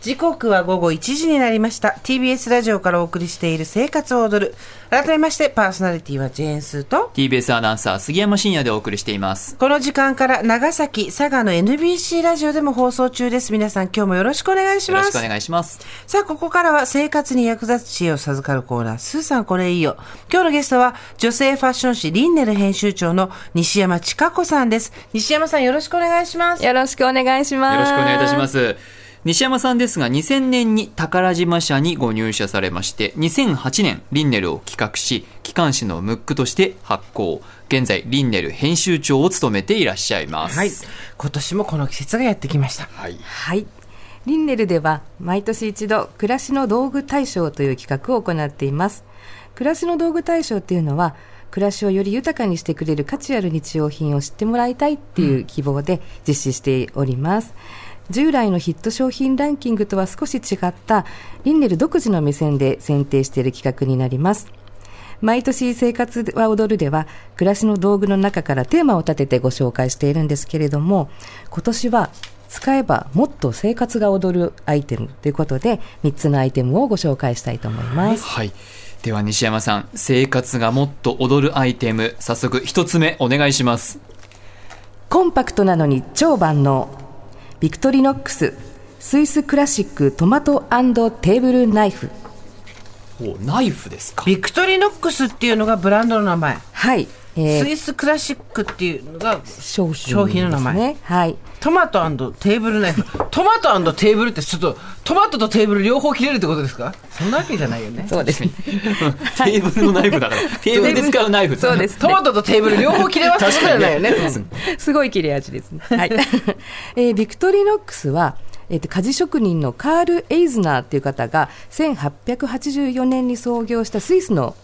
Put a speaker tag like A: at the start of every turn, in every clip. A: 時刻は午後1時になりました TBS ラジオからお送りしている「生活を踊る」改めましてパーソナリティはジェーンスーと
B: TBS アナウンサー杉山真也でお送りしています
A: この時間から長崎佐賀の NBC ラジオでも放送中です皆さん今日もよろしくお願いし
B: よろ
A: ま
B: し
A: す
B: くお願いします
A: さあここからは生活に役立つ知恵を授かるコーナー「スーさんこれいいよ」今日のゲストは女性ファッション誌「リンネル」編集長の西山千佳子さんです西山さんよろしくお願いします
C: よろしくお願いします。。
B: よろしくお願いいたしますす西山さんですが2000年に宝島社にご入社されまして2008年リンネルを企画し機関誌のムックとして発行現在リンネル編集長を務めていらっしゃいます
A: はい今年もこの季節がやってきました
B: はい
C: はい。リンネルでは毎年一度暮らしの道具大賞という企画を行っています。暮らしの道具大賞っていうのは暮らしをより豊かにしてくれる価値ある日用品を知ってもらいたいっていう希望で実施しております。従来のヒット商品ランキングとは少し違ったリンネル独自の目線で選定している企画になります。毎年生活は踊るでは暮らしの道具の中からテーマを立ててご紹介しているんですけれども今年は使えばもっと生活が踊るアイテムということで3つのアイテムをご紹介したいと思います。
B: はいでは西山さん生活がもっと踊るアイテム早速一つ目お願いします
C: コンパクトなのに超万能ビクトリノックススイスクラシックトマトテーブルナイフ
B: おナイフですか
A: ビクトリノックスっていうのがブランドの名前
C: はい、え
A: ス
C: ー、
A: イスクラシックっていうのが
C: 商品です、ね、
A: 商品の名前
C: はい
A: トマトテーブルナイフトマトテーブルってちょっとトマトとテーブル両方切れるってことですかそんなわけじゃないよね
C: そうですね
B: テーブルのナイフ だからテーブルで使うナイフ
C: そうです
A: トマトとテーブル両方切れますってことじゃないよね
C: すごい切れ味ですね。はい。 えービクトリノックスは、えーと、鍛冶職人のカール・エイズナーという方が、1884年に創業したスイスの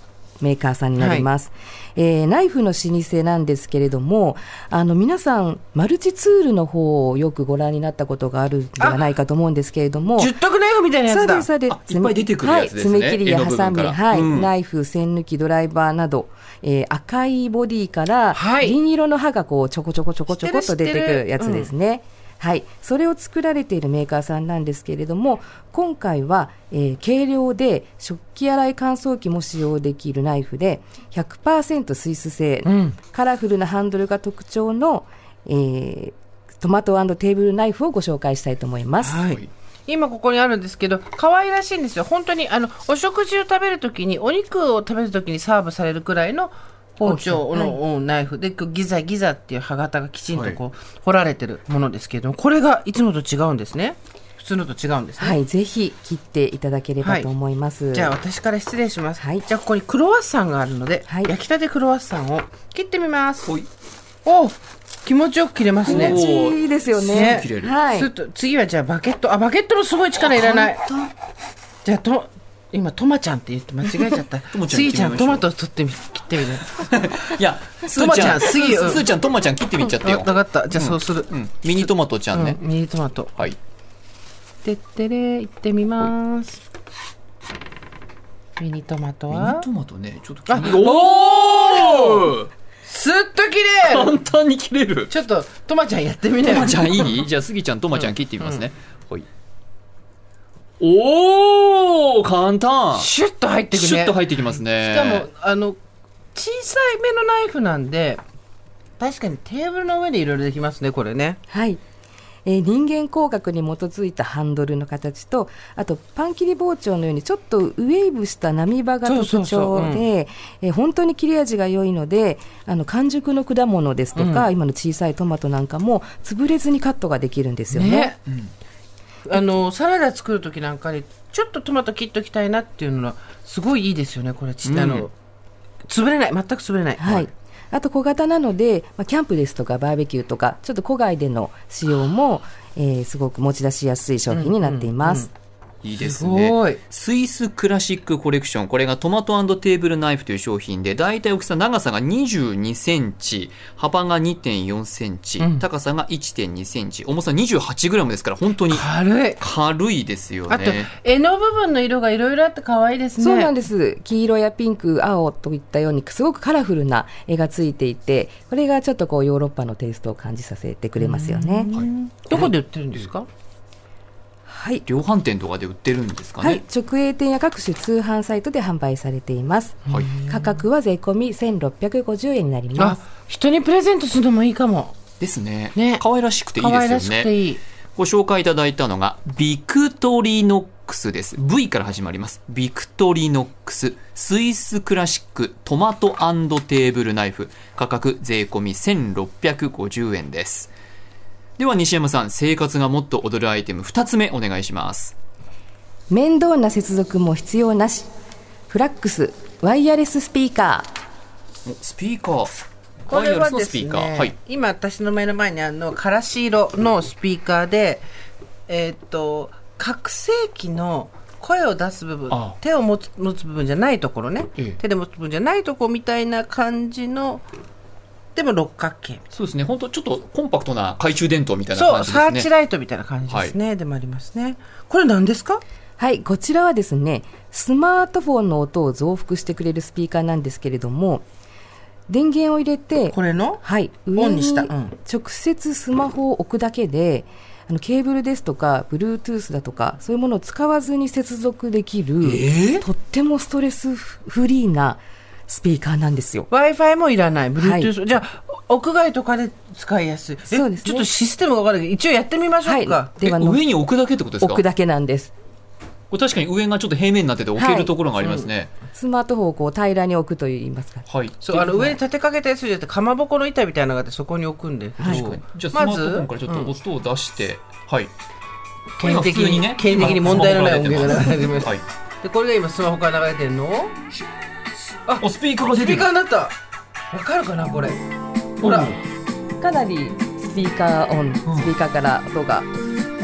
C: メーカーさんになります。えーナイフの老舗なんですけれども、あの、皆さん、マルチツールの方をよくご覧になったことがあるんではないかと思うんですけれども。
A: 十徳ナイフみたいなや
C: そう
A: つ
C: で
A: だ
C: すそうです
B: あいっぱい出てくるやつですね
C: はい、爪切りやハサミ、
B: 柄の部分から
C: はい
B: うん
C: ナイフ栓抜きドライバーなど、えー赤いボディから
A: はい
C: 銀色の刃がこうちょこちょこちょこちょこっ
A: 知っ
C: と
A: て
C: 出
A: る知っ
C: て
A: てる
C: くるやつですね。はい、それを作られているメーカーさんなんですけれども今回は、えー軽量で食器洗い乾燥機も使用できるナイフで100%スイス製、
A: ん
C: カラフルなハンドルが特徴の、えートマトテーブルナイフをご紹介したいと思います。
A: はい今ここにあるんですけど可愛らしいんですよ本当にあのお食事を食べるときにお肉を食べるときにサーブされるくらいの包丁の、うんナイフでこうギザギザっていう歯型がきちんとこう、彫られてるものですけれどもこれがいつもと違うんですね普通のと違うんですね、
C: はい、ぜひ切っていただければと思います。
A: じゃあ私から失礼します、
C: はい
A: じゃあここにクロワッサンがあるので、
C: はい
A: 焼きたてクロワッサンを切ってみます
B: ほい
A: お気持ちよく切れますね
B: 気持ち
C: いいですよ
A: ね
C: ね。
B: 切れる
C: はい
A: す。ると次はじゃあバケットあバケットもすごい力いらないじゃあと今トマちゃんって言って間違えちゃった
B: トモちゃん
A: スギちゃん
B: 決
A: ト
B: めましょ
A: マト
B: う
A: 取ってみ切ってみる
B: いや、ス
A: トマちゃん
B: ス
A: 次うん
B: ースーちゃん、トマちゃん切ってみちゃってよ
A: 分。かったじゃあそうする、
B: うん、ミニトマトちゃんね。
A: うんミニトマト
B: はい。
A: てってれいってみますミニトマト
B: ミ
A: は
B: ニトマトね、ちょっと
A: あ
B: おお
A: すっと切れる
B: 簡単に切れる。
A: ちょっとトマちゃんやってみな
B: ト
A: よ
B: マちゃんい いじゃあ、スギちゃん、トマちゃん切ってみますね。ほい。おお簡単
A: シュッと入ってくね
B: シュッと入ってきますね。
A: しかもあの小さい目のナイフなんで確かにテーブルの上でいろいろできますねこれね
C: はい。えー人間工学に基づいたハンドルの形とあとパン切り包丁のようにちょっとウェーブした波場が特徴で
A: そうそうそううん
C: えー本当に切れ味が良いのであの完熟の果物ですとか、
A: うん
C: 今の小さいトマトなんかも潰れずにカットができるんですよね
A: ね、あのサラダ作る時なんかにちょっとトマト切っときたいなっていうのはすごいいいですよねこれち、
B: うん
A: あの潰れない全く潰れない、
C: はい、あと小型なので、まあ、キャンプですとかバーベキューとかちょっと郊外での使用も、えーすごく持ち出しやすい商品になっています。
B: いいです
A: すごい
B: ね。スイスクラシックコレクション。これがトマトテーブルナイフという商品で、大体大きさ、長さが22センチ、幅が2.4センチ、
A: うん
B: 高さが1.2センチ、重さ28グラムですから、本当に
A: 軽い
B: 軽いですよ
A: あと
B: ね。
A: 柄の部分の色がいろいろあって可愛いですね
C: そうなん
A: で
C: です黄色やピンク青といったようにすごくカラフルな絵がついていてこれがちょっとこうヨーロッパのテイストを感じさせてくれますよね。
A: どこで売ってるんですか
C: はい
B: 量販店とかで売ってるんですか
C: はい
B: ね、
C: 直営店や各種通販サイトで販売されています
B: はい
C: 価格は税込み1650円になりま
A: あ
C: す
A: 人にプレゼントするのもいいかも
B: ですね
A: ね
B: 可愛らしくていい
A: 可愛
B: で
A: ら
B: す
A: し
B: よ
A: くて
B: ね
A: いい
B: ご紹介いただいたのがビクトリノックスです V から始まりますビクトリノックススイスクラシックトマトテーブルナイフ価格税込み1650円ですでは西山さん生活がもっと踊るアイテム2つ目お願いします
C: 面倒な接続も必要なしフラックスワイヤレススピーカー
B: おスピーカー
A: これ
B: ワイヤレ
A: は
B: スの
A: で
B: スピ
A: すね、
B: ーカーはい
A: 今私の目の前にあるのはからし色のスピーカーで、えーっと拡声器の声を出す部分
B: ああ
A: 手を持つ持つ部分じゃないところね、
B: ええ
A: 手で持つ部分じゃないとこみたいな感じのでも六角形みたい
B: そうですね本当ちょっとコンパクトな懐中電灯みたい
A: なそう
B: な感じ
A: サー
B: で
A: チ
B: すね
A: ライトみたいな感じですね、でもありますねこれ何ですか
C: はいこちらはですねスマートフォンの音を増幅してくれるスピーカーなんですけれども電源を入れて
A: これの
C: はい、
A: オ
C: 上
A: ンに
C: に
A: した
C: 直接スマホを置くだけで、あのケーブルですとか、Bluetooth だとか、そういうものを使わずに接続できる、
B: えー
C: とってもストレスフリーなスピーカーなんですよ。
A: w i f i もいらない
C: はい
A: Bluetooth、じゃあ屋外とかで使いやすいえ
C: そうですね
A: ちょっとシステムが分からないけど一応やってみましょうか、
C: はい、で
B: え
C: はの
B: 上に置くだけってことですか
C: 置くだけなんです。
B: これ確かに上がちょっと平面になってて置けるところがありますね
C: スマートフォンをこう平らに置くといいますか。
B: はい、
A: そうあの
B: で
A: 上に立てかけたやつじゃなくてかまぼこの板みたいなのがあってそこに置くんで、
C: はい
A: こう
B: じゃあスマ
A: ま
B: ートフォンからちょっと
A: ず
B: 音を出して、はい。
A: 権利的に
B: ね
A: 権利的に問題のない音源が流れてます
B: はい。
A: でこれが今スマホから流れてるのあ
B: おスピーカーが出
A: スピー
B: てる
A: カー。になったわかるかなこれほら
C: かなりスピーカーオン、スピーカーから音が、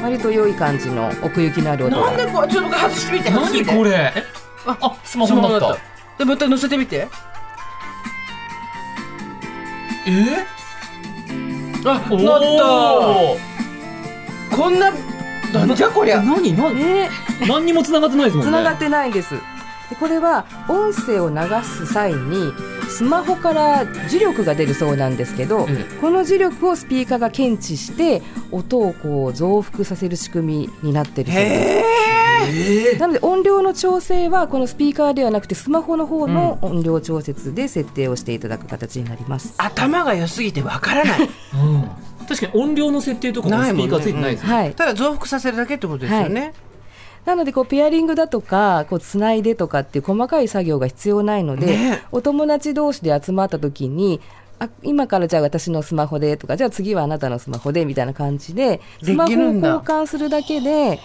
C: 割と良い感じの奥行きのある音
A: なん
C: が。
A: でこうちょっと外してみて外して
B: 何
A: みて
B: これ？え
A: あ
B: あスマホになっ
A: スマ
B: た
A: ホ。でまた乗せてみて
B: えー？
A: あ
B: お
A: 乗っ
B: ー
A: たこんななんじゃこりゃ
B: 何何
C: ね
B: 何にも繋がってないですもんね。
C: つながってないですでこれは音声を流す際にスマホから磁力が出るそうなんですけど、
B: え
C: この磁力をスピーカーが検知して音をこう増幅させる仕組みになってるそうで
A: へえ
B: え
C: すなので音量の調整はこのスピーカーではなくてスマホの方の音量調節で設定をしていただく形になります、
A: 頭が良すぎてわから ない
B: ーうん確かに音量の設定とかも
A: ない
B: スピ
A: もんね
B: ーカーついてないですね。
C: はい
A: ただ増幅させるだけってことですよね、
C: なのでこうペアリングだとかこうつないでとかっていう細かい作業が必要ないので、
A: ね
C: お友達同士で集まった時にあ今からじゃあ私のスマホでとかじゃあ次はあなたのスマホでみたいな感じでス
A: で
C: マホ
A: き
C: を
A: る
C: 交
A: んだ
C: 換するだけで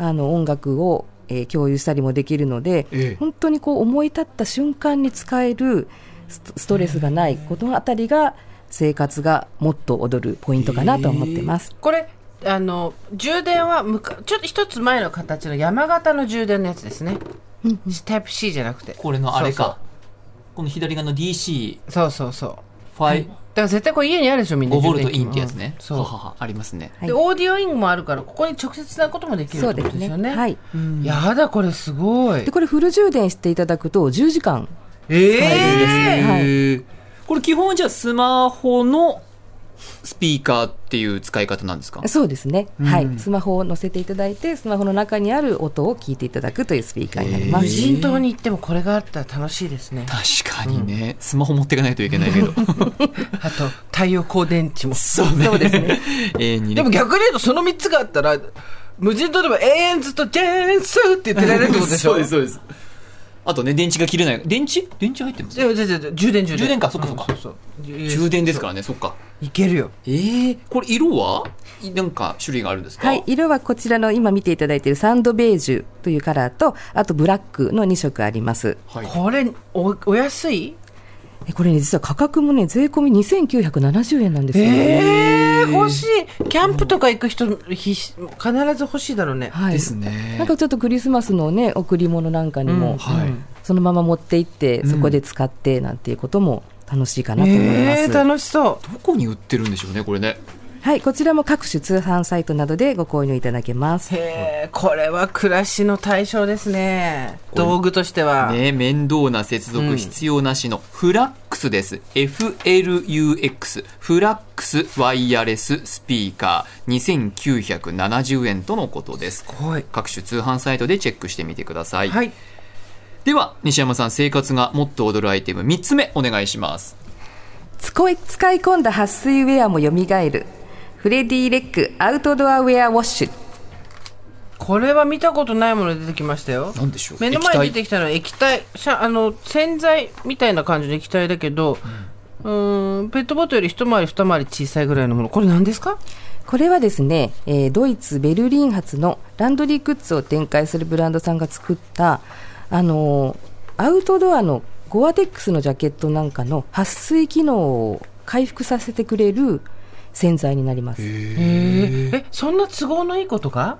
C: あの音楽を、えー共有したりもできるので、
B: ええ
C: 本当にこう思い立った瞬間に使えるストストレスがないこのあたりが生活がもっと踊るポイントかなと思ってます。
A: これあの充電はむかちょっと一つ前の形の山形の充電のやつですねタイプ C じゃなくて
B: これのあれか。この左側の DC
A: そうそうそうそう
B: ファイ
A: だから絶対これ家にあるでしょみんな
B: 5ボルト
A: 充電器
B: イ
A: も
B: ンってやつね
A: う。んそ
B: はははありますね。
A: う
C: い
A: でオーディオインもあるからここに直接つなぐこともできる
C: そう
A: って
C: で
A: こ
C: す
A: とです
C: ね
A: よね
C: はい、
A: やだこれすごい
C: でこれフル充電していただくと10時間
A: ええ
C: はい
B: へーこれ基本じゃあスマホのスピーカーっていう使い方なんですか
C: そうですね、はい、スマホを載せていただいてスマホの中にある音を聞いていただくというスピーカーになりま
A: 無
C: す、
A: 人島に行ってもこれがあったら楽しいですね
B: 確かにね、スマホ持っていかないといけないけど
A: あと太陽光電池も
B: そうね
C: そうで すね
B: 永遠にね
A: でも逆に言うとその3つがあったら無人島でも永遠ずっと「ジェーンス!」って言ってられるってことでしょ
B: そうですそうですあとね電池が切れない電池電池入ってます
A: いやじゃあじゃあじゃあ充電充電
B: 充電かそっかそっか
A: うんそうそう
B: 充電です
A: か
B: からねそっか
A: いけるよ
B: ええこれ色はいなんか種類があるんですか
C: はい、色はこちらの今見ていただいているサンドベージュというカラーとあとブラックの2色あります
B: はい
A: これおお安い
C: えこれね実は価格もね税込み2970円なんですよ、
A: えー、欲しいキャンプとか行く人必死必ず欲しいだろうね
C: はい
B: ですね
C: なんかちょっとクリスマスのね贈り物なんかにも、
A: うん
B: はい
C: そのまま持って行ってそこで使ってなんていうことも楽しいかなと思います、
A: えー、楽しそう
B: どこに売ってるんでしょうねこれね
C: はい、こちらも各種通販サイトなどでご購入いただけます。
A: へえ、これは暮らしの対象ですね。道具としては。
B: ね、面倒な接続必要なしのフラックスです、FLUX フラックスワイヤレススピーカー2970円とのことです
A: はい。
B: 各種通販サイトでチェックしてみてください、
A: はい。
B: では西山さん生活がもっと踊るアイテム3つ目お願いします
C: 使い使い込んだ撥水ウェアもよみがえる。フレディレックアウトドアウェアウォッシュ。
A: これは見たことないもの出てきましたよ。
B: 何でしょう
A: 目の前に出
B: 液
A: てきたのは液体シャあの洗剤みたいな感じの液体だけど、うーんペットボトルより一回り二回り小さいぐらいのものこれ何ですか
C: これはですね、えードイツ・ベルリン発のランドリーグッズを展開するブランドさんが作った、あのーアウトドアのゴアテックスのジャケットなんかの撥水機能を回復させてくれる洗剤になります。
A: ええそんな都合のいいことが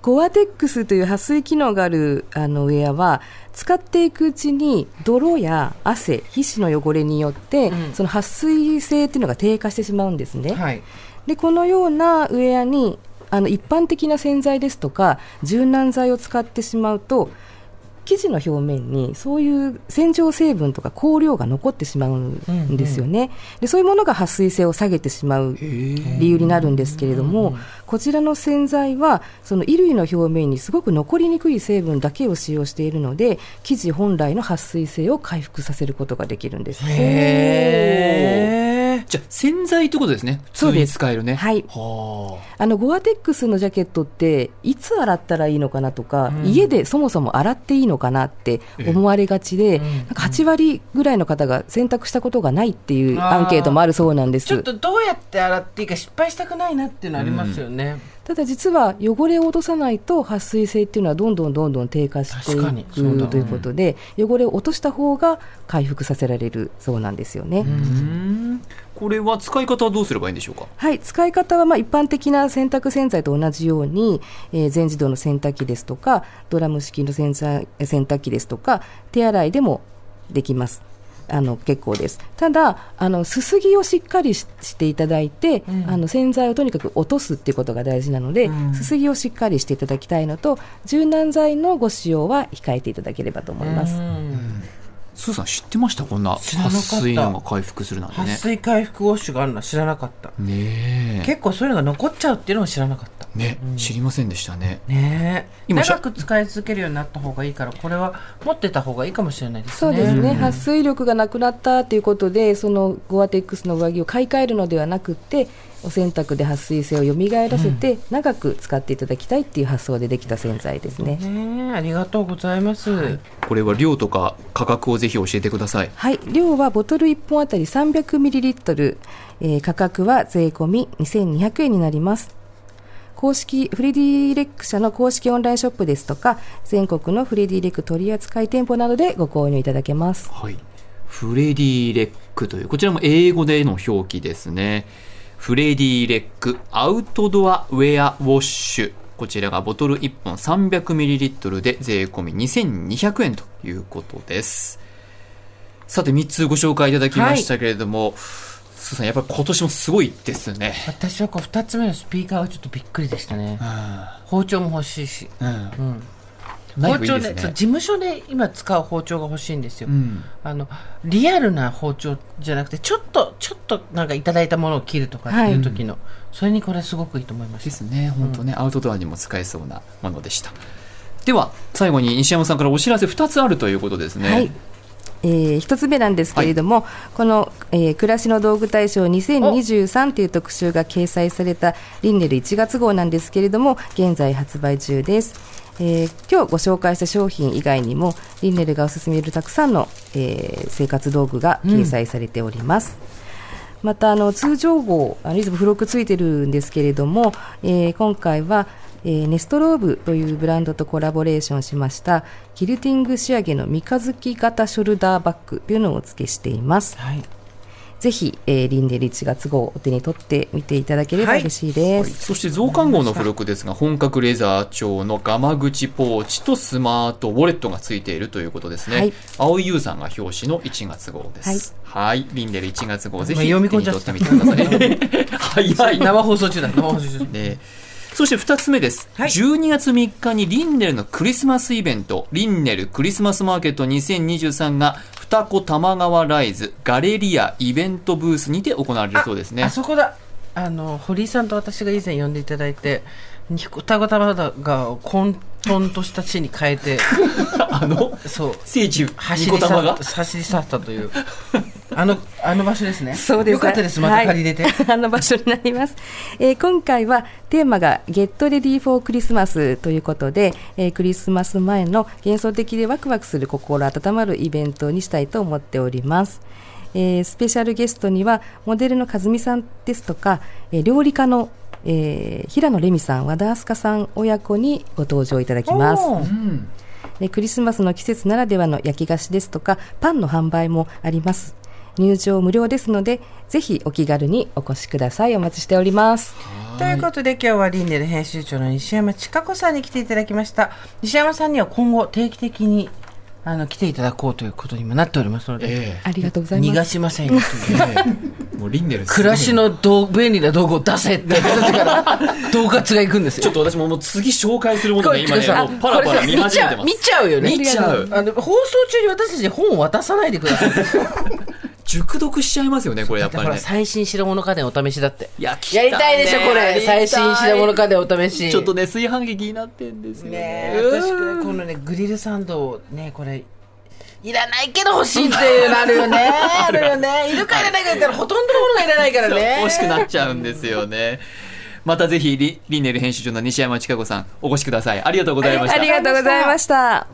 C: ゴアテックスという撥水機能があるあのウェアは使っていくうちに泥や汗皮脂の汚れによって、
A: うん
C: その撥水性っていうのが低下してしまうんですね、
A: はい
C: でこのようなウェアにあの一般的な洗剤ですとか柔軟剤を使ってしまうと生地の表面にそういう洗浄成分とか香料が残ってしまうんですよね、でそういうものが撥水性を下げてしまう理由になるんですけれども、こちらの洗剤はその衣類の表面にすごく残りにくい成分だけを使用しているので生地本来の撥水性を回復させることができるんです。
A: へえ
B: じゃあ洗剤ってことですね普
C: そう
B: 通
C: で
B: に
C: す
B: 使えるね
C: はい
B: はあ
C: あのゴアテックスのジャケットっていつ洗ったらいいのかなとか、家でそもそも洗っていいのかなって思われがちで、なんか8割ぐらいの方が洗濯したことがないっていうアンケートもあるそうなんで
A: ちょっ
C: す
A: とどうやって洗っていいか失敗したくないなっていうのありますよね、
C: ただ実は汚れを落とさないと撥水性っていうのはどんどんどんどん低下して
A: 確かに
C: い
A: そうだ
C: くということで汚れを落とした方が回復させられるそうなんですよね。
B: うんこれは使い方はどうすればいいんでしょうか
C: はい、使い方はまあ一般的な洗濯洗剤と同じように、えー全自動の洗濯機ですとかドラム式の洗剤洗濯機ですとか手洗いでもできます。あの結構ですただあのすすぎをしっかりししていただいて、あの洗剤をとにかく落とすっていうことが大事なので、すすぎをしっかりしていただきたいのと柔軟剤のご使用は控えていただければと思います。
A: うん
B: スーさん知ってましたこんな
A: 知らな
B: 撥
A: かった
B: 水のが回復するなんて
A: 撥
B: ね
A: 水回復ウォッシュがあるのは知らなかった、
B: ねえ
A: 結構そういうのが残っちゃうっていうのも知らなかった
B: ね、知りませんでしたね
A: ねえ
B: 今しゃ
A: 長く使い続けるようになった方がいいからこれは持ってた方がいいかもしれないです
C: そう
A: ね
C: ですね、撥水力がなくなったということで、そのゴアテックスの上着を買い替えるのではなくて、お洗濯で撥水性を蘇らせて、長く使っていただきたいっていう発想でできた洗剤ですね。
A: ねえありがとうございます、
B: これは量とか価格をぜひ教えてください
C: はい、量はボトル1本あたり 300ml、えー価格は税込み2200円になります。公式、フレディレック社の公式オンラインショップですとか、全国のフレディレック取扱店舗などでご購入いただけます。
B: はい、フレディ・レックというこちらも英語での表記ですねフレディ・レックアウトドアウェアウォッシュこちらがボトル1本 300ml で税込み2200円ということですさて3つご紹介いただきましたけれども、すーさんやっぱり今年もすごいですね
A: 私はこう2つ目のスピーカーはちょっとびっくりでしたね
B: うん
A: 包丁も欲しいし
B: うんナイ
A: 包
B: フいい
A: 丁
B: です
A: そう
B: ね
A: 事務所で今使う包丁が欲しいんですよ、
B: うん
A: あのリアルな包丁じゃなくてちょっとちょっとなんかいただいたものを切るとかっていう時の、それにこれすごくいいと思いま
B: で
A: した
B: すね本当ね、アウトドアにも使えそうなものでしたでは最後に西山さんからお知らせ2つあるということですね
C: はい。えー一つ目なんですけれども、この、えー暮らしの道具大賞2023という特集が掲載されたリンネル1月号なんですけれども、現在発売中です。えー今日ご紹介した商品以外にも、リンネルがおすすめするたくさんの、えー生活道具が掲載されております。またあの通常号あのいつも付録ついてるんですけれども、えー今回は、えーネストローブというブランドとコラボレーションしましたキルティング仕上げの三日月型ショルダーバッグというのをお付けしています
A: はい、
C: ぜひ、えーリンネル1月号をお手に取ってみていただければ
A: はい
C: 嬉しいです。
B: そして増刊号の付録ですが本格レザー調のガマ口ポーチとスマートウォレットがついているということですね、
C: はい
B: 青井優さんが表紙の1月号ですはいリンデル1月号ぜひ
A: 読み込んじゃっ
B: 取ったてみてください早い
A: 生放送中だ生放送中
B: ねそして2つ目です、
A: はい
B: 12月3日にリンネルのクリスマスイベントリンネルクリスマスマーケット2023が二子玉川ライズガレリアイベントブースにて行われるそうですね
A: あそこだあの堀井さんと私が以前呼んでいただいて二子玉川が混沌とした地に変え て
B: あの
A: そう
B: 聖地ニ
A: 走
B: コ
A: り去
B: 玉
A: っ
B: が
A: た走り去ったというあのあの場所ですね
C: そうです
A: よかったですまた借りれて、
C: はい あの場所になります、 えー今回はテーマが「Get Ready for Christmas」ということで、えークリスマス前の幻想的でワクワクする心温まるイベントにしたいと思っております、えースペシャルゲストにはモデルの和美さんですとか、えー料理家の、えー平野レミさん和田明日香さん親子にご登場いただきます
A: おー
B: うん
C: でクリスマスの季節ならではの焼き菓子ですとかパンの販売もあります入場無料ですのでぜひお気軽にお越しくださいお待ちしております
A: ということで今日はリンネル編集長の西山千佳子さんに来ていただきました西山さんには今後定期的にあの来ていただこうということにもなっておりますので、
B: え
C: ありがとうござい
A: 逃
C: ま
A: が
C: す
A: しませんよという
B: えもうリンネルすごい
A: 暮らしの道便利な道具を出せって言ってから 恫喝がいくんです
B: ちょ
A: よ
B: っと私ももう次紹介するもの
A: こ
B: が
A: れ
B: 今ね
A: さ
B: もうパラパラ見始めてま
A: これさ見ちゃう見ちゃうよね
B: す見ちゃう
A: あの放送中に私たちに本を渡さないでください
B: 熟読しちゃいますよねこれやっ
A: だか
B: ぱり
A: ら
B: ね
A: 最新白物家電お試しだって
B: いや来た
A: や
B: ね
A: りたいでしょこ
B: やり
A: れ
B: たい
A: 最新品物家電お試し
B: ちょっとね炊飯器気になってんですよ
A: ね
B: ね
A: え私これこのねグリルサンドをねこれいらないけど欲しいっていうのあるよね あるよねいるかいらないか言ったらほとんどのものがいらないからね
B: 欲しくなっちゃうんですよねまたぜひリリンネル編集長の西山千佳子さんお越しくださいありがとうございました
C: ありがとうございました